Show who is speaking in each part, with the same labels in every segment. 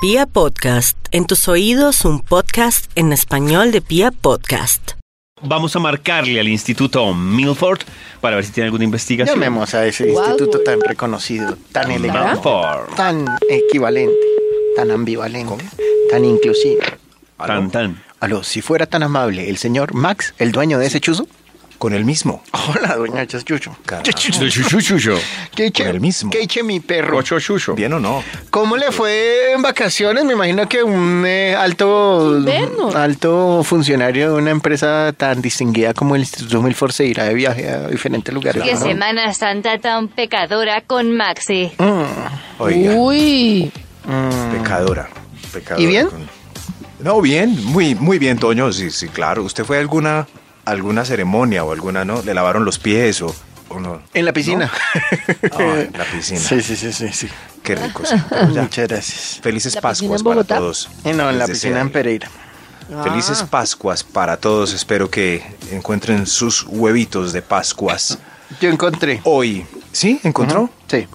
Speaker 1: Pia Podcast, en tus oídos un podcast en español de Pia Podcast.
Speaker 2: Vamos a marcarle al Instituto Milford para ver si tiene alguna investigación.
Speaker 3: Llamemos a ese instituto tan reconocido, tan elegante,
Speaker 2: Milford.
Speaker 3: tan equivalente, tan ambivalente, tan inclusivo.
Speaker 2: Tan, tan.
Speaker 3: Aló, si fuera tan amable, el señor Max, el dueño de ese chuzo.
Speaker 4: Con el mismo.
Speaker 3: Hola, dueña Chucho.
Speaker 4: Carajo.
Speaker 3: ¿Qué eche,
Speaker 4: Con el mismo.
Speaker 3: ¿Qué eche mi perro?
Speaker 4: ¿Bien o no?
Speaker 3: ¿Cómo le fue en vacaciones? Me imagino que un eh, alto,
Speaker 5: Invierno.
Speaker 3: alto funcionario de una empresa tan distinguida como el Instituto Milford se irá de viaje a diferentes lugares.
Speaker 6: Qué
Speaker 3: ¿no?
Speaker 6: Semana Santa tan pecadora con Maxi.
Speaker 4: Oiga,
Speaker 5: Uy,
Speaker 4: Mm. pecadora. pecadora
Speaker 3: ¿Y bien?
Speaker 4: con- No, bien, muy, muy bien, Toño. Sí, sí, claro. ¿Usted fue a alguna, alguna ceremonia o alguna, no? ¿Le lavaron los pies o, o no?
Speaker 3: En la piscina.
Speaker 4: Ah, en la piscina.
Speaker 3: Sí, sí, sí, sí, sí.
Speaker 4: Qué rico. sí. Pero ya,
Speaker 3: Muchas gracias.
Speaker 4: Felices
Speaker 5: ¿La piscina
Speaker 4: Pascuas
Speaker 5: en
Speaker 4: para
Speaker 5: Bogotá? Ah.
Speaker 4: todos.
Speaker 3: Eh, No, en la
Speaker 4: Les
Speaker 3: piscina
Speaker 4: desea-
Speaker 3: en Pereira.
Speaker 4: Felices Pascuas para todos. Espero que encuentren sus huevitos de Pascuas
Speaker 3: Yo encontré.
Speaker 4: hoy. ¿Sí? ¿Encontró?
Speaker 3: Sí.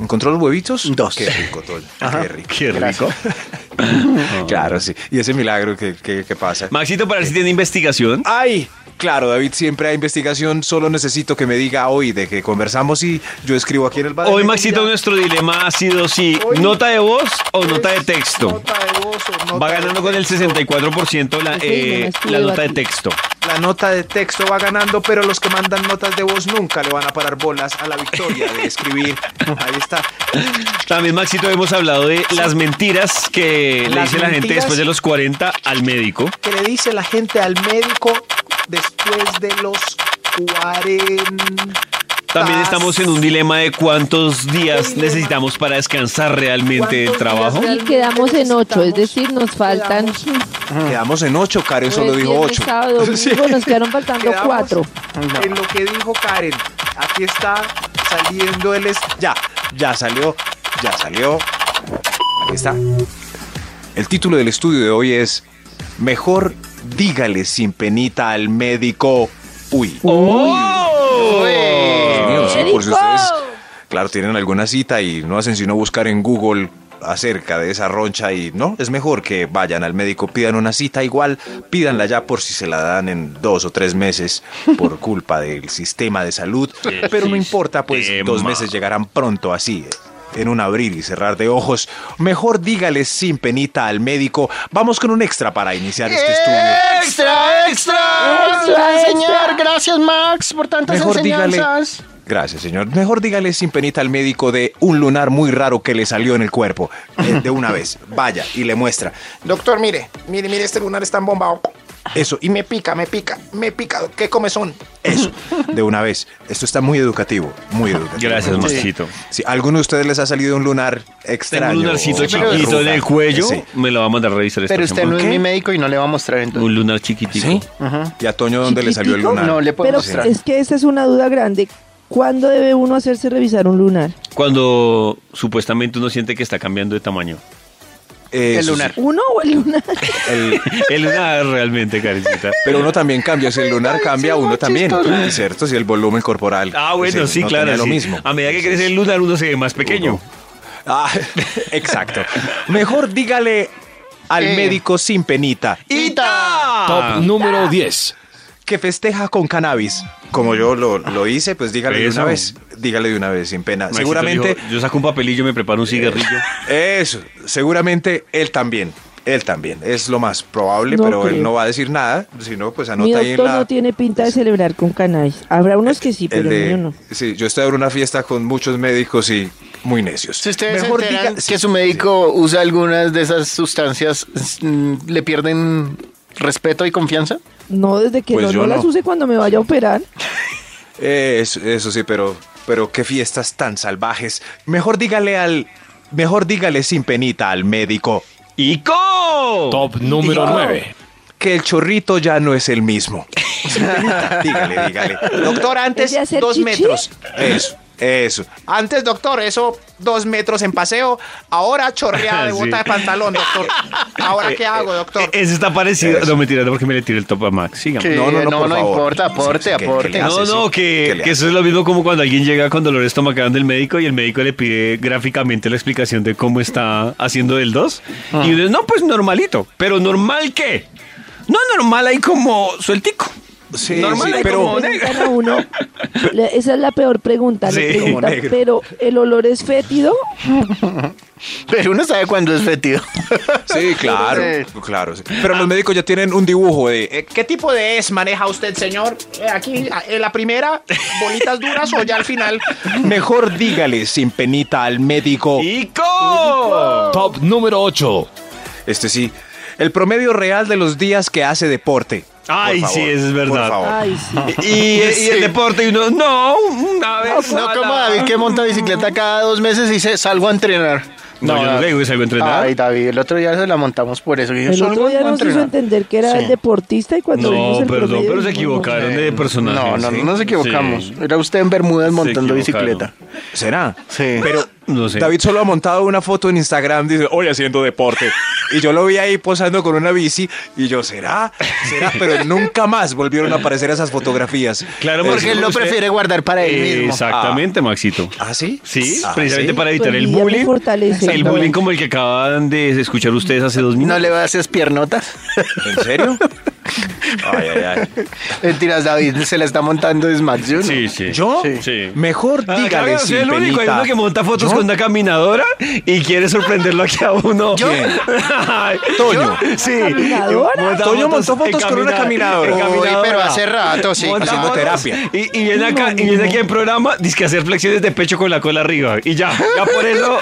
Speaker 4: ¿Encontró los huevitos?
Speaker 3: Dos.
Speaker 4: Qué rico, Toño. Qué rico.
Speaker 2: Qué rico. Ah.
Speaker 4: Claro, sí. Y ese milagro que, que- que pasa.
Speaker 2: Maxito, para ver si tiene investigación.
Speaker 4: ¡Ay! Claro, David, siempre hay investigación. Solo necesito que me diga hoy de que conversamos y yo escribo aquí en el
Speaker 2: Hoy,
Speaker 4: Bademecum.
Speaker 2: Maxito, nuestro dilema ha sido si nota de voz o nota de texto. Va ganando con el 64% la,
Speaker 5: Ese
Speaker 2: eh,
Speaker 5: dilema estuvo
Speaker 2: la nota de
Speaker 5: debatido.
Speaker 2: texto.
Speaker 4: La nota de texto va ganando, pero los que mandan notas de voz nunca le van a parar bolas a la victoria de escribir. Ahí está.
Speaker 2: También, Maxito, hemos hablado de las mentiras que le
Speaker 4: Las
Speaker 2: dice la gente
Speaker 4: mentiras.
Speaker 2: después de los 40 al médico.
Speaker 4: ¿Qué le dice la gente al médico después de los 40?
Speaker 2: También estamos en un dilema de cuántos días
Speaker 4: dilema.
Speaker 2: necesitamos para descansar realmente del
Speaker 4: ¿Cuántos
Speaker 2: trabajo.
Speaker 4: días
Speaker 5: y quedamos en ocho, es decir, nos faltan
Speaker 4: Quedamos en ocho, Karen solo
Speaker 5: jueves,
Speaker 4: dijo
Speaker 5: Pues viernes,
Speaker 4: ocho.
Speaker 5: sábado, domingo,
Speaker 4: Sí.
Speaker 5: nos quedaron faltando
Speaker 4: Quedamos
Speaker 5: cuatro.
Speaker 4: En lo que dijo Karen, aquí está saliendo el... es- Ya, ya salió, ya salió. Aquí está. El título del estudio de hoy es Mejor dígale sin penita al médico. Uy. Dios mío, sí, por si ustedes, claro, tienen alguna cita y no hacen sino buscar en Google acerca de esa roncha y no, es mejor que vayan al médico, pidan una cita igual, pídanla ya por si se la dan en dos o tres meses por culpa del sistema de salud, pero no importa, pues dos
Speaker 2: sistema.
Speaker 4: meses llegarán pronto así. eh, En un abrir y cerrar de ojos, mejor dígales sin penita al médico. Vamos con un extra para iniciar
Speaker 7: ¡Eh!
Speaker 4: este estudio.
Speaker 3: ¡Extra, extra!
Speaker 5: Extra, extra.
Speaker 3: Señor, gracias Max por tantas
Speaker 4: Mejor dígale.
Speaker 3: enseñanzas.
Speaker 4: Gracias, señor. Mejor dígale sin penita al médico de un lunar muy raro que le salió en el cuerpo. Eh, De una vez. Vaya y le muestra.
Speaker 7: Doctor, mire, mire, mire, este lunar está embombado.
Speaker 4: Eso,
Speaker 7: Y me pica, me pica, me pica. ¿Qué comezón?
Speaker 4: eso. De una vez. Esto está muy educativo. Muy educativo.
Speaker 2: Gracias, Maxito.
Speaker 4: Si a alguno de ustedes les ha salido un lunar
Speaker 2: Tengo
Speaker 4: extraño.
Speaker 2: un lunarcito
Speaker 4: o
Speaker 2: chiquito en
Speaker 4: arruga,
Speaker 2: el cuello.
Speaker 4: ese.
Speaker 2: Me lo va a mandar a revisar esta
Speaker 3: Pero usted no
Speaker 2: semana.
Speaker 3: es mi médico y no le va a mostrar entonces.
Speaker 2: Un lunar chiquitico.
Speaker 4: ¿Sí? ¿Y a Toño dónde le salió el
Speaker 5: Chiquitico,
Speaker 4: lunar?
Speaker 3: No, le puedo
Speaker 5: Pero
Speaker 3: mostrar.
Speaker 5: es que esa es una duda grande. ¿Cuándo debe uno hacerse revisar un lunar?
Speaker 2: Cuando supuestamente uno siente que está cambiando de tamaño.
Speaker 4: Eh, Eso
Speaker 3: El
Speaker 4: sí.
Speaker 3: lunar.
Speaker 5: ¿Uno o el lunar?
Speaker 4: El-
Speaker 2: El lunar realmente, carecita.
Speaker 4: Pero uno también cambia, si el lunar cambia, uno también, ¿cierto? Si el volumen corporal.
Speaker 2: Ah, bueno,
Speaker 4: pues,
Speaker 2: sí,
Speaker 4: no
Speaker 2: claro.
Speaker 4: tenía lo
Speaker 2: sí.
Speaker 4: mismo.
Speaker 2: A medida que crece el lunar, uno se ve más pequeño.
Speaker 4: Ah, exacto. Mejor dígale al
Speaker 3: Eh.
Speaker 4: médico sin penita
Speaker 3: Ah.
Speaker 8: Top número 10.
Speaker 4: que festeja con cannabis. Como yo lo, lo hice, pues dígale de
Speaker 2: Eso.
Speaker 4: una vez. Dígale de una vez, sin pena.
Speaker 2: Maxito
Speaker 4: seguramente,
Speaker 2: dijo, yo saco un papelillo, me preparo un cigarrillo.
Speaker 4: eso, seguramente él también. Él también, es lo más probable,
Speaker 5: No
Speaker 4: pero él
Speaker 5: creo.
Speaker 4: no va a decir nada, sino pues
Speaker 5: Mi
Speaker 4: anota ahí en
Speaker 5: doctor
Speaker 4: la... pues
Speaker 5: no tiene pinta de celebrar con cannabis. Habrá unos que sí,
Speaker 4: el
Speaker 5: pero
Speaker 4: de-
Speaker 5: el mío no.
Speaker 4: Sí, yo estoy en una fiesta con muchos médicos y muy necios.
Speaker 3: Si ustedes se enteran
Speaker 4: diga-
Speaker 3: que
Speaker 4: sí,
Speaker 3: su médico usa algunas de esas sustancias, s- mm, ¿le pierden respeto y confianza?
Speaker 5: No, desde que
Speaker 4: Pues
Speaker 5: no,
Speaker 4: yo
Speaker 5: no las
Speaker 4: no.
Speaker 5: use cuando me vaya a operar.
Speaker 4: Eh, eso, eso sí, pero, pero qué fiestas tan salvajes. Mejor dígale al. Mejor dígale sin penita al médico
Speaker 2: ¡Ico!
Speaker 8: Top número 9.
Speaker 4: que el chorrito ya no es el mismo. Sin penita, dígale, dígale.
Speaker 7: Doctor, antes
Speaker 5: ¿Es de hacer
Speaker 7: dos
Speaker 5: chichi?
Speaker 7: metros.
Speaker 4: Eso, eso.
Speaker 7: Antes, doctor, eso dos metros en paseo. Ahora chorreada de
Speaker 2: Sí.
Speaker 7: bota de pantalón, doctor. ¿Ahora qué hago, doctor?
Speaker 2: E- Ese está parecido.
Speaker 4: Eso.
Speaker 2: No, mentira, no, porque me le tiré el top a Max. Sigamos.
Speaker 3: Que-
Speaker 4: No, no, no,
Speaker 3: no,
Speaker 4: por
Speaker 3: no
Speaker 4: favor.
Speaker 3: importa, aporte,
Speaker 4: Ah, Sí, sí, que- que
Speaker 3: aporte.
Speaker 4: le
Speaker 2: No,
Speaker 4: haces?
Speaker 2: no,
Speaker 4: ¿Qué
Speaker 2: que,
Speaker 4: le
Speaker 2: que eso es lo mismo como cuando alguien llega con dolor estomacal del médico y el médico le pide gráficamente la explicación de cómo está haciendo el 2.
Speaker 4: Ah.
Speaker 2: Y uno, no, pues normalito. Pero normal qué? No normal ahí como sueltico.
Speaker 4: Sí,
Speaker 2: normal
Speaker 4: sí,
Speaker 2: ahí
Speaker 4: pero-
Speaker 2: como negro.
Speaker 5: Preguntan a uno, le- esa es la peor pregunta. le
Speaker 2: Sí.
Speaker 5: preguntan,
Speaker 4: Como negro.
Speaker 5: pero el olor es fétido.
Speaker 3: Pero uno sabe cuándo es fetido.
Speaker 4: Sí, claro,
Speaker 3: Sí.
Speaker 4: claro. sí. Pero los médicos ya tienen un dibujo de eh,
Speaker 7: Eh, ¿Qué tipo de es maneja usted, señor? Eh, aquí, ah, en la primera, bolitas duras o ya al final.
Speaker 4: mejor dígale sin penita al médico.
Speaker 2: ¡Ico!
Speaker 8: Top número 8.
Speaker 4: Este sí, el promedio real de los días que hace deporte. Por
Speaker 2: Ay, sí, eso es verdad.
Speaker 4: Por favor.
Speaker 5: Ay, sí.
Speaker 2: Y, y el deporte, y uno, no, una
Speaker 4: pues,
Speaker 2: vez.
Speaker 3: No
Speaker 2: a
Speaker 3: como
Speaker 2: la-
Speaker 3: David que monta bicicleta cada dos meses y dice, salgo a entrenar.
Speaker 2: No, yo no le digo que salgo a entrenar.
Speaker 3: Ay, David, el otro día se la montamos por eso. y yo,
Speaker 5: El
Speaker 3: "Salgo
Speaker 5: otro día
Speaker 3: a
Speaker 5: nos hizo
Speaker 3: entrenar".
Speaker 5: entender que era
Speaker 3: Sí.
Speaker 5: el deportista y cuando vimos
Speaker 2: No,
Speaker 5: el
Speaker 2: perdón,
Speaker 5: promedio
Speaker 2: pero se
Speaker 5: dijimos, no.
Speaker 2: equivocaron de personaje.
Speaker 3: No, no,
Speaker 2: ¿sí?
Speaker 3: no nos equivocamos.
Speaker 2: Sí.
Speaker 3: Era usted en Bermudas
Speaker 2: Se
Speaker 3: montando
Speaker 2: equivocaron.
Speaker 3: bicicleta.
Speaker 4: ¿Será?
Speaker 3: Sí.
Speaker 4: Pero
Speaker 2: No sé.
Speaker 4: David solo ha montado una foto en Instagram, dice, hoy haciendo deporte. Y yo lo vi ahí posando con una bici y yo, ¿será? ¿Será? Pero nunca más volvieron a aparecer esas fotografías.
Speaker 2: Claro,
Speaker 3: Porque él lo
Speaker 2: usted-
Speaker 3: prefiere guardar para él mismo.
Speaker 2: Exactamente, Maxito.
Speaker 4: ¿Ah, sí?
Speaker 2: Sí,
Speaker 4: Ah,
Speaker 2: precisamente
Speaker 4: ¿sí?
Speaker 2: para evitar
Speaker 5: Tu
Speaker 2: el
Speaker 5: envidia Pues me
Speaker 2: bullying.
Speaker 5: fortalece,
Speaker 2: El
Speaker 5: ¿no?
Speaker 2: bullying como el que acaban de escuchar ustedes hace dos
Speaker 3: No
Speaker 2: minutos.
Speaker 3: le haces piernotas.
Speaker 4: Eh, ¿En serio? Ay, ay, ay.
Speaker 3: Mentiras, David se la está montando es Max Junior.
Speaker 2: Sí, sí.
Speaker 4: ¿Yo?
Speaker 3: Sí.
Speaker 2: Sí.
Speaker 4: Mejor
Speaker 2: Ah,
Speaker 4: dígale
Speaker 2: claro, soy
Speaker 4: sin
Speaker 2: el único. Hay
Speaker 4: penita.
Speaker 2: uno que monta fotos
Speaker 4: ¿Yo?
Speaker 2: con una caminadora y quiere sorprenderlo aquí a uno.
Speaker 4: ¿Quién?
Speaker 2: Ay,
Speaker 4: Toño.
Speaker 2: Sí.
Speaker 5: ¿Caminadora?
Speaker 2: Monta
Speaker 4: Toño montó
Speaker 2: en
Speaker 4: fotos con una caminadora.
Speaker 2: en
Speaker 3: Uy, pero hace rato, sí.
Speaker 2: Monta
Speaker 4: haciendo
Speaker 2: fotos
Speaker 4: terapia.
Speaker 2: Y, y viene acá, y viene aquí en programa, dice que hacer flexiones de pecho con la cola arriba. Y ya, ya por eso.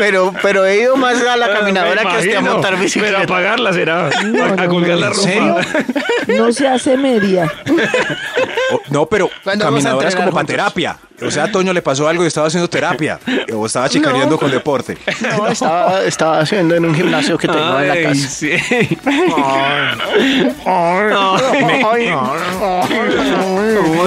Speaker 3: Pero, pero he ido más a la caminadora
Speaker 2: eh, me
Speaker 3: que hasta a
Speaker 2: imagino,
Speaker 3: montar
Speaker 2: Pero
Speaker 3: bicicleta.
Speaker 2: apagarla será. A, a colgar la
Speaker 4: ¿En
Speaker 2: ropa.
Speaker 4: serio?
Speaker 5: No se hace media.
Speaker 4: O- no, pero
Speaker 3: ¿Cuándo vamos a
Speaker 4: caminadoras como
Speaker 3: entrenar
Speaker 4: para
Speaker 3: juntos?
Speaker 4: terapia. O sea, a Toño le pasó algo y estaba haciendo terapia. O estaba chicaneando con deporte.
Speaker 3: No, estaba, estaba haciendo en un gimnasio que tengo en la
Speaker 2: Ay,
Speaker 3: casa.
Speaker 2: sí.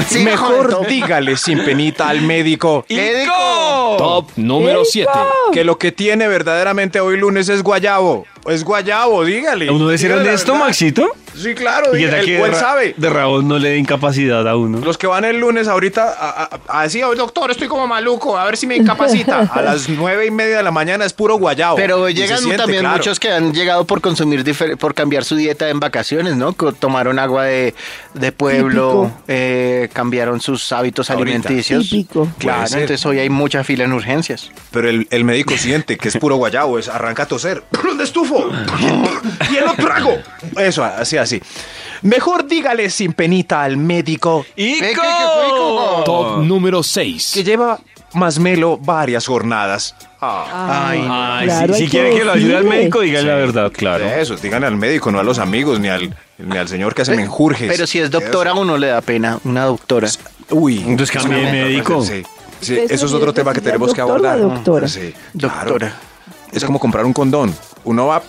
Speaker 3: Sí,
Speaker 4: Mejor
Speaker 3: Juanito.
Speaker 4: dígale sin penita al médico
Speaker 2: ¡Ico!
Speaker 8: Top número 7.
Speaker 4: que lo que tiene verdaderamente hoy lunes es guayabo. Es guayabo, dígale.
Speaker 2: ¿Uno debe ser
Speaker 4: Dígale la
Speaker 2: honesto,
Speaker 4: verdad.
Speaker 2: Maxito?
Speaker 4: Sí, claro,
Speaker 2: Y
Speaker 4: dígale.
Speaker 2: hasta que
Speaker 4: El buen
Speaker 2: de ra-
Speaker 4: sabe.
Speaker 2: De Raúl no le dé incapacidad a uno.
Speaker 4: Los que van el lunes ahorita, a- a- a- así, "Oye, doctor, estoy como maluco, a ver si me incapacita. A las nueve y media de la mañana es puro guayabo.
Speaker 3: Pero
Speaker 4: Y se
Speaker 3: llegan
Speaker 4: siente,
Speaker 3: también
Speaker 4: claro.
Speaker 3: muchos que han llegado por consumir, difer- por cambiar su dieta en vacaciones, ¿no? Co- Tomaron agua de, de pueblo,
Speaker 5: Típico.
Speaker 3: eh, cambiaron sus hábitos
Speaker 4: Ahorita.
Speaker 3: alimenticios.
Speaker 5: Típico.
Speaker 3: Claro,
Speaker 4: Puede ser.
Speaker 3: entonces hoy hay mucha fila en urgencias.
Speaker 4: Pero el, el médico siente que es puro guayabo, es arranca a toser. ¿Dónde estufo? y él lo trago. Eso, así, así. Mejor dígale sin penita al médico
Speaker 3: Eh, ¿qué- qué fue, Coco?
Speaker 8: Top número
Speaker 4: que
Speaker 8: 6.
Speaker 4: lleva más melo varias jornadas. Ah.
Speaker 3: Ay,
Speaker 2: Ay, si,
Speaker 5: Claro, hay
Speaker 2: si quiere que lo ayude al
Speaker 5: decirle.
Speaker 2: médico, dígale la verdad, claro.
Speaker 4: Eso, díganle al médico, no a los amigos, ni al, ni al señor que hace menjurjes.
Speaker 3: Pero si es doctora, uno le da pena. Una doctora.
Speaker 4: Uy.
Speaker 2: Entonces cambie de médico.
Speaker 4: Sí. Sí,
Speaker 5: Eso
Speaker 4: eso es
Speaker 5: sí
Speaker 4: otro
Speaker 5: es
Speaker 4: tema que
Speaker 5: decirle,
Speaker 4: tenemos que
Speaker 5: ¿doctor o
Speaker 4: abordar.
Speaker 5: doctora?
Speaker 4: Sí, claro.
Speaker 3: Doctora.
Speaker 4: Es como comprar un condón. Uno va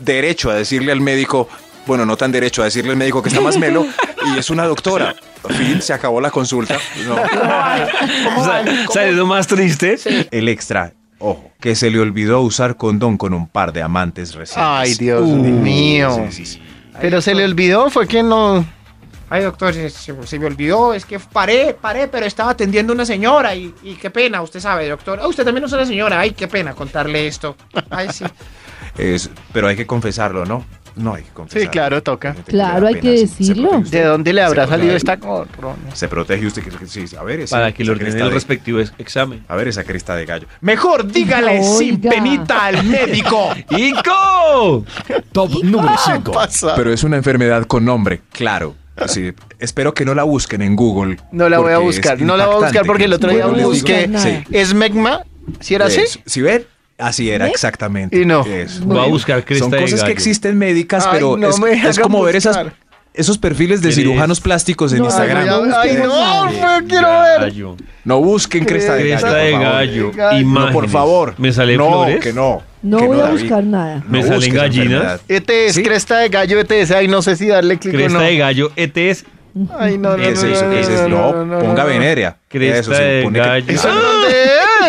Speaker 4: derecho a decirle al médico, bueno, no tan derecho a decirle al médico que está más melo y es una doctora. Fin, se acabó la consulta. No.
Speaker 2: O sea, ¿Sabes lo más triste?
Speaker 4: El extra, ojo, que se le olvidó usar condón con un par de amantes recientes.
Speaker 3: Ay, Dios mío.
Speaker 4: Sí, sí, sí.
Speaker 3: Pero se le olvidó, fue que no.
Speaker 7: Ay, doctor, se, se- se me olvidó. Es que paré, paré, pero estaba atendiendo una señora y, y qué pena, usted sabe, doctor. Ah, usted también es una señora. Ay, qué pena contarle esto. Ay, sí.
Speaker 4: Es- pero hay que confesarlo, ¿no? No hay que confesarlo.
Speaker 3: claro, toca.
Speaker 4: Gente le
Speaker 5: Claro,
Speaker 4: da
Speaker 5: hay que
Speaker 4: pena, se- se
Speaker 5: decirlo.
Speaker 4: protege usted.
Speaker 3: ¿De dónde le habrá
Speaker 4: Se protege.
Speaker 3: salido esta corona?
Speaker 4: Se protege usted. que- que- sí, a ver, ese-
Speaker 9: para que le
Speaker 4: esa
Speaker 9: ordenen
Speaker 4: cresta
Speaker 9: el
Speaker 4: de-
Speaker 9: respectivo ex- examen.
Speaker 4: A ver esa cresta de gallo.
Speaker 7: Mejor dígale
Speaker 5: Oiga.
Speaker 7: sin penita al médico.
Speaker 2: ¡Ico!
Speaker 8: Top número 5.
Speaker 3: Pasa.
Speaker 4: Pero es una enfermedad con nombre, claro. Así, espero que no la busquen en Google.
Speaker 3: No la voy a
Speaker 4: porque es
Speaker 3: buscar, no la voy a buscar
Speaker 4: impactante
Speaker 3: porque el
Speaker 4: que-
Speaker 3: otro día
Speaker 5: Bueno,
Speaker 4: les digo-
Speaker 3: busqué.
Speaker 5: no,
Speaker 4: Sí.
Speaker 3: ¿Es Megma? ¿Si era así?
Speaker 4: Es- ¿Sí ven? Así era, exactamente.
Speaker 3: Y no.
Speaker 4: Eso.
Speaker 9: Voy a buscar cresta
Speaker 4: Son
Speaker 9: de
Speaker 4: cosas que
Speaker 9: gallo.
Speaker 4: existen médicas,
Speaker 3: Ay,
Speaker 4: pero
Speaker 3: no
Speaker 4: es,
Speaker 3: me
Speaker 4: es
Speaker 3: hagan
Speaker 4: como ver esas,
Speaker 3: buscar.
Speaker 4: esos perfiles de
Speaker 9: ¿Qué
Speaker 4: cirujanos
Speaker 9: es?
Speaker 4: plásticos en
Speaker 5: No,
Speaker 4: Instagram.
Speaker 5: no,
Speaker 4: No,
Speaker 5: ya-
Speaker 3: Ay, no, no quiero ver.
Speaker 9: Gallo.
Speaker 4: busquen cresta de gallo.
Speaker 9: Cresta de
Speaker 4: por favor.
Speaker 9: gallo.
Speaker 3: No, por
Speaker 9: Imágenes.
Speaker 4: No, por favor.
Speaker 9: ¿Me salen
Speaker 4: no,
Speaker 9: flores?
Speaker 4: que no.
Speaker 5: No
Speaker 4: que
Speaker 5: voy a
Speaker 4: David.
Speaker 5: buscar nada.
Speaker 4: No
Speaker 9: ¿Me salen
Speaker 4: busques
Speaker 9: gallinas?
Speaker 4: enfermedad.
Speaker 3: ETS,
Speaker 4: Sí.
Speaker 3: cresta de gallo ETS. Ay, no sé si darle clic o
Speaker 9: Cresta
Speaker 2: E
Speaker 3: no.
Speaker 9: de gallo ETS
Speaker 7: Ay, no, no,
Speaker 4: ¿Qué
Speaker 7: no,
Speaker 4: se
Speaker 7: no,
Speaker 4: hizo?
Speaker 7: no,
Speaker 4: ¿Qué se hizo?
Speaker 7: no,
Speaker 4: No,
Speaker 7: no, no,
Speaker 4: ponga
Speaker 7: no.
Speaker 4: venerea.
Speaker 9: Cresta
Speaker 4: se
Speaker 9: de
Speaker 4: supone que-
Speaker 9: gallo.
Speaker 4: Esa-
Speaker 3: dónde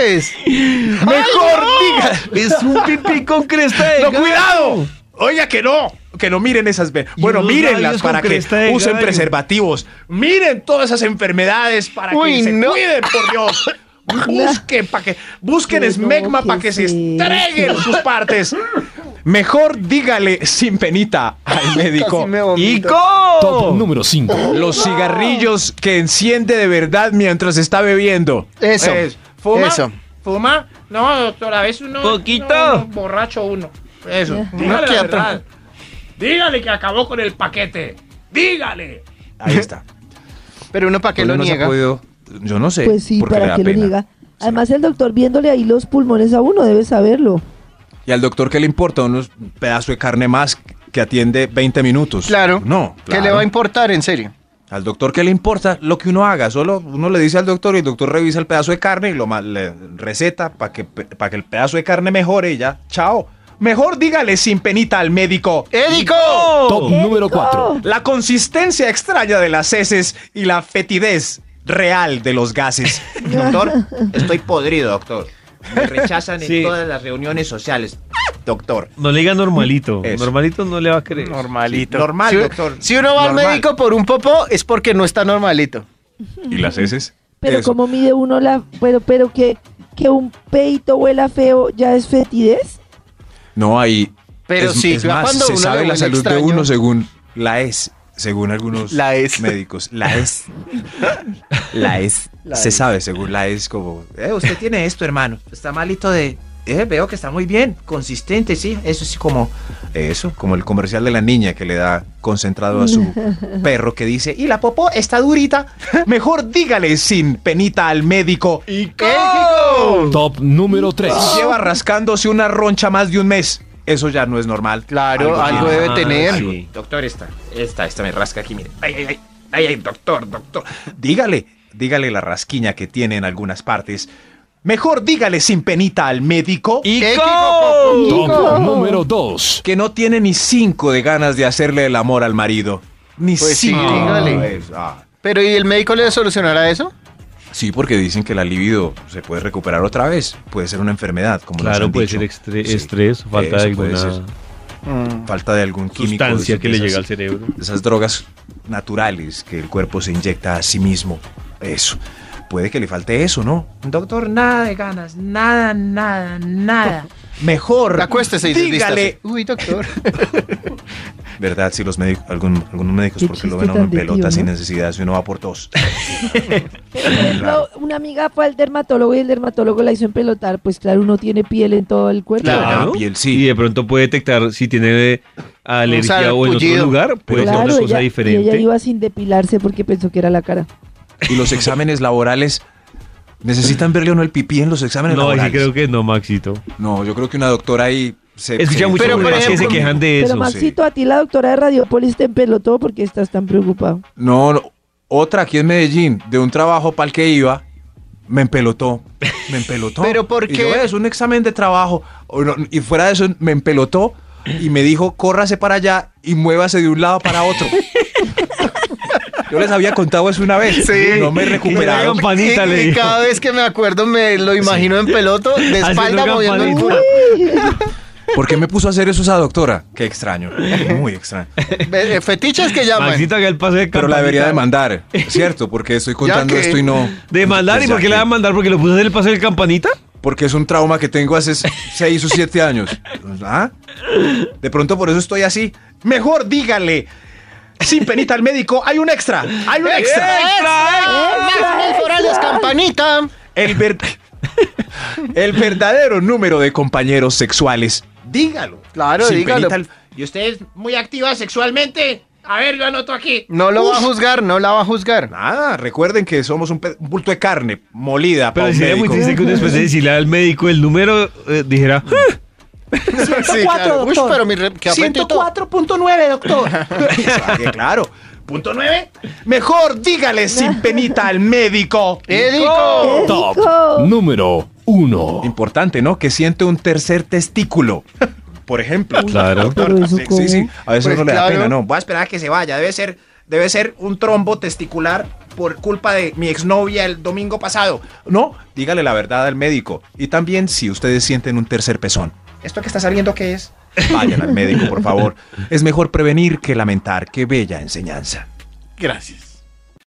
Speaker 3: es?
Speaker 7: ¡Mejor diga!
Speaker 2: Es un pipí con cresta de
Speaker 7: ¡No,
Speaker 2: gallo.
Speaker 7: cuidado! Oiga, que no, que no miren esas venas.
Speaker 2: Y
Speaker 7: Bueno,
Speaker 2: unos
Speaker 7: mírenlas
Speaker 2: labios con
Speaker 7: para que
Speaker 2: cresta de
Speaker 7: usen
Speaker 2: gallo.
Speaker 7: preservativos. Miren todas esas enfermedades para
Speaker 3: Uy,
Speaker 7: que se
Speaker 3: no.
Speaker 7: cuiden, por Dios. Busquen para que busquen
Speaker 5: Uy, no,
Speaker 7: esmegma
Speaker 5: ¿qué
Speaker 7: para que se
Speaker 5: es
Speaker 7: estreguen sus partes.
Speaker 4: Mejor dígale sin penita al médico.
Speaker 2: ¡Ico!
Speaker 8: Top número 5.
Speaker 4: Los cigarrillos que enciende de verdad mientras está bebiendo.
Speaker 3: Eso.
Speaker 7: Es, ¿Fuma?
Speaker 3: Eso.
Speaker 7: ¿Fuma? No, doctor, a veces uno...
Speaker 9: Poquito.
Speaker 7: no, uno borracho uno. Eso.
Speaker 5: Ya.
Speaker 7: Dígale
Speaker 3: que
Speaker 7: la
Speaker 3: otro.
Speaker 7: verdad. Dígale que acabó con el paquete. Dígale.
Speaker 4: Ahí está.
Speaker 3: Pero uno para qué
Speaker 4: Uno
Speaker 3: lo
Speaker 4: no se ha
Speaker 3: niega.
Speaker 4: podido- Yo no sé.
Speaker 5: Pues sí,
Speaker 4: porque le
Speaker 5: para
Speaker 4: da
Speaker 5: que lo
Speaker 4: pena.
Speaker 5: diga. Además, el doctor viéndole ahí los pulmones a uno debe saberlo.
Speaker 4: Y al doctor, ¿qué le importa? Unos pedazo de carne más que atiende 20 minutos.
Speaker 3: Claro.
Speaker 4: No.
Speaker 3: ¿Qué le va a importar,
Speaker 4: importar?
Speaker 3: en serio?
Speaker 4: Al doctor, ¿qué le importa? Lo que uno haga. Solo uno le dice al doctor y el doctor revisa el pedazo de carne y lo ma- le receta para que, pa' que el pedazo de carne mejore y ya. Chao. Mejor dígale sin penita al médico.
Speaker 3: ¡Édico!
Speaker 8: Top número
Speaker 5: ¡Édico!
Speaker 8: 4.
Speaker 4: La consistencia extraña de las heces y la fetidez real de los gases.
Speaker 10: Doctor, estoy podrido, doctor. Me rechazan
Speaker 9: Sí.
Speaker 10: en todas las reuniones sociales. Doctor.
Speaker 9: No le diga normalito.
Speaker 4: Eso.
Speaker 9: Normalito no le va a creer.
Speaker 3: Normalito.
Speaker 7: Normal,
Speaker 3: si,
Speaker 7: doctor.
Speaker 3: Si uno va
Speaker 7: Normal.
Speaker 3: al médico por un popó, es porque no está normalito.
Speaker 4: ¿Y las heces?
Speaker 5: Pero como mide uno la... Pero, pero que, que un peito huela feo ya es fetidez.
Speaker 4: No hay.
Speaker 3: Pero
Speaker 4: es-
Speaker 3: sí,
Speaker 4: es
Speaker 3: ya
Speaker 4: más,
Speaker 3: cuando
Speaker 4: se
Speaker 3: uno le
Speaker 4: sabe la
Speaker 3: huele
Speaker 4: salud de
Speaker 3: extraño.
Speaker 4: uno según la es, según algunos
Speaker 3: La E es.
Speaker 4: médicos. La es. La es. se
Speaker 3: E
Speaker 4: sabe según la es como.
Speaker 10: Eh, usted tiene esto, hermano. Está malito de. Eh, veo que está muy bien. Consistente, sí. Eso sí, como.
Speaker 4: Eso, como el comercial de la niña que le da concentrado a su perro que dice, y la popó está durita, mejor dígale sin penita al médico. Y
Speaker 8: Top número 3.
Speaker 4: lleva rascándose una roncha más de un mes. Eso ya no es normal.
Speaker 3: Claro, algo
Speaker 4: tiene.
Speaker 3: debe
Speaker 2: Ah,
Speaker 3: tener.
Speaker 9: Ah, sí.
Speaker 10: Doctor, esta. Esta, esta me rasca aquí, mire.
Speaker 7: Ay, ay, ay. Ay, ay, doctor, doctor.
Speaker 4: Dígale, dígale la rasquiña que tiene en algunas partes. Mejor dígale sin penita al médico y
Speaker 8: Top
Speaker 5: Hijo.
Speaker 8: número 2.
Speaker 4: que no tiene ni cinco de ganas de hacerle el amor al marido. Ni
Speaker 3: Pues sí,
Speaker 4: cinco.
Speaker 3: dígale.
Speaker 4: Es- ah.
Speaker 3: Pero ¿y el médico le solucionará eso?
Speaker 4: Sí, porque dicen que la libido se puede recuperar otra vez. Puede ser una enfermedad, como nos
Speaker 9: Claro,
Speaker 4: han
Speaker 9: puede
Speaker 4: dicho.
Speaker 9: ser extre-
Speaker 4: Sí,
Speaker 9: estrés, falta de
Speaker 4: eso puede
Speaker 9: alguna
Speaker 4: ser.
Speaker 3: Mm.
Speaker 4: falta de algún químico.
Speaker 9: sustancia que le
Speaker 4: esas-
Speaker 9: llega al cerebro.
Speaker 4: Esas drogas naturales que el cuerpo se inyecta a sí mismo. Eso. Puede que le falte eso, ¿no?
Speaker 7: Doctor, nada de ganas, nada, nada, nada.
Speaker 4: Mejor.
Speaker 3: Acuéstese y
Speaker 4: dígale.
Speaker 3: desvístase. Uy, doctor.
Speaker 4: ¿Verdad? Si los médicos, algún- algunos médicos,
Speaker 5: Qué
Speaker 4: porque lo
Speaker 5: chiste
Speaker 4: ven a uno en
Speaker 5: tan de
Speaker 4: pelota
Speaker 5: tío,
Speaker 4: sin
Speaker 5: ¿no?
Speaker 4: necesidad, si uno va por dos.
Speaker 5: Pero, por ejemplo, una amiga fue al dermatólogo y el dermatólogo la hizo empelotar. Pues claro, uno tiene piel en todo el cuerpo.
Speaker 4: Claro. Ah,
Speaker 9: Claro.
Speaker 4: piel, sí.
Speaker 9: Y de pronto puede detectar si tiene eh, alergia o en otro
Speaker 3: sarpullido.
Speaker 9: lugar, puede ser
Speaker 5: Claro,
Speaker 9: Pues, una cosa
Speaker 5: ella- Y ella
Speaker 9: diferente.
Speaker 5: iba sin depilarse porque pensó que era la cara.
Speaker 4: Y los exámenes laborales. ¿Necesitan verle o no el pipí en los exámenes
Speaker 9: No, ahí sí
Speaker 4: laborales?
Speaker 9: creo que no, Maxito.
Speaker 4: No, yo creo que una doctora ahí se.
Speaker 9: Escucha
Speaker 4: se-
Speaker 9: mucho
Speaker 3: Pero,
Speaker 9: pero
Speaker 3: por
Speaker 9: que se
Speaker 3: ejemplo,
Speaker 9: quejan de
Speaker 5: Pero
Speaker 9: eso.
Speaker 5: Maxito, a ti la doctora de Radiopolis te empelotó porque estás tan preocupado.
Speaker 4: No, no, otra aquí en Medellín, de un trabajo para el que iba, me empelotó. Me empelotó.
Speaker 3: ¿Pero por
Speaker 4: Y
Speaker 3: qué?
Speaker 4: yo, es un examen de trabajo. o no, Y fuera de eso, me empelotó y me dijo, córrase para allá y muévase de un lado para otro. Yo les había contado eso una vez. No me he
Speaker 9: Una
Speaker 4: recuperado.
Speaker 9: campanita
Speaker 3: Y-
Speaker 9: le
Speaker 3: y
Speaker 9: dijo.
Speaker 3: cada vez que me acuerdo me lo imagino en peloto, de
Speaker 9: Haciendo
Speaker 3: espalda moviendo el
Speaker 9: campanita.
Speaker 3: culo.
Speaker 4: ¿Por qué me puso a hacer eso esa doctora? Qué extraño. Muy extraño.
Speaker 3: Ve- eh, Fetiches que llaman.
Speaker 9: Maxito haga el pase de
Speaker 4: Pero la debería
Speaker 9: campanita.
Speaker 4: demandar, ¿cierto? Porque estoy contando
Speaker 3: que-
Speaker 4: esto y no.
Speaker 9: ¿Demandar? ¿Y
Speaker 4: Pues
Speaker 9: por
Speaker 4: ya
Speaker 9: qué la va a
Speaker 4: que-
Speaker 9: mandar? ¿Porque lo puso a hacer el pase de campanita?
Speaker 4: Porque es un trauma que tengo hace 6 o 7 años. ¿Ah? De pronto por eso estoy así. Mejor dígale. Sin penita al médico, hay un extra. Hay un extra.
Speaker 3: Maximil Forales, campanita.
Speaker 4: El, ver- el verdadero número de compañeros sexuales. Dígalo.
Speaker 3: Claro,
Speaker 4: Sin
Speaker 3: Ah, dígalo.
Speaker 4: penita al-
Speaker 7: ¿Y usted es muy activa sexualmente? A ver, lo anoto aquí.
Speaker 3: No lo va a juzgar, no la va a juzgar.
Speaker 4: Nada, recuerden que somos un, pe- un bulto de carne molida.
Speaker 9: Pero
Speaker 4: para un
Speaker 9: sería muy
Speaker 4: médico.
Speaker 9: triste que uno después de decirle al médico el número, eh, dijera, "Ah,
Speaker 3: Sí, claro. Uy, pero mi re- qué apetito.
Speaker 7: 104.9, doctor.
Speaker 4: Ah, que claro.
Speaker 7: ¿Punto 9?
Speaker 4: Mejor dígale sin penita al médico.
Speaker 3: Édico.
Speaker 8: Top
Speaker 5: Édico.
Speaker 8: número 1.
Speaker 4: Importante, ¿no? Que siente un tercer testículo. Por ejemplo.
Speaker 9: Claro.
Speaker 5: Pero eso
Speaker 4: Sí, sí, sí.
Speaker 5: cómo.
Speaker 4: A veces
Speaker 3: Pues
Speaker 4: no le da
Speaker 3: claro.
Speaker 4: pena, no.
Speaker 7: Voy a esperar a que se vaya. Debe ser debe ser un trombo testicular por culpa de mi exnovia el domingo pasado. No,
Speaker 4: Dígale la verdad al médico. Y también si ustedes sienten un tercer pezón,
Speaker 7: esto que está saliendo, ¿qué es?
Speaker 4: vayan al médico, por favor. Es mejor prevenir que lamentar. Qué bella enseñanza.
Speaker 3: Gracias.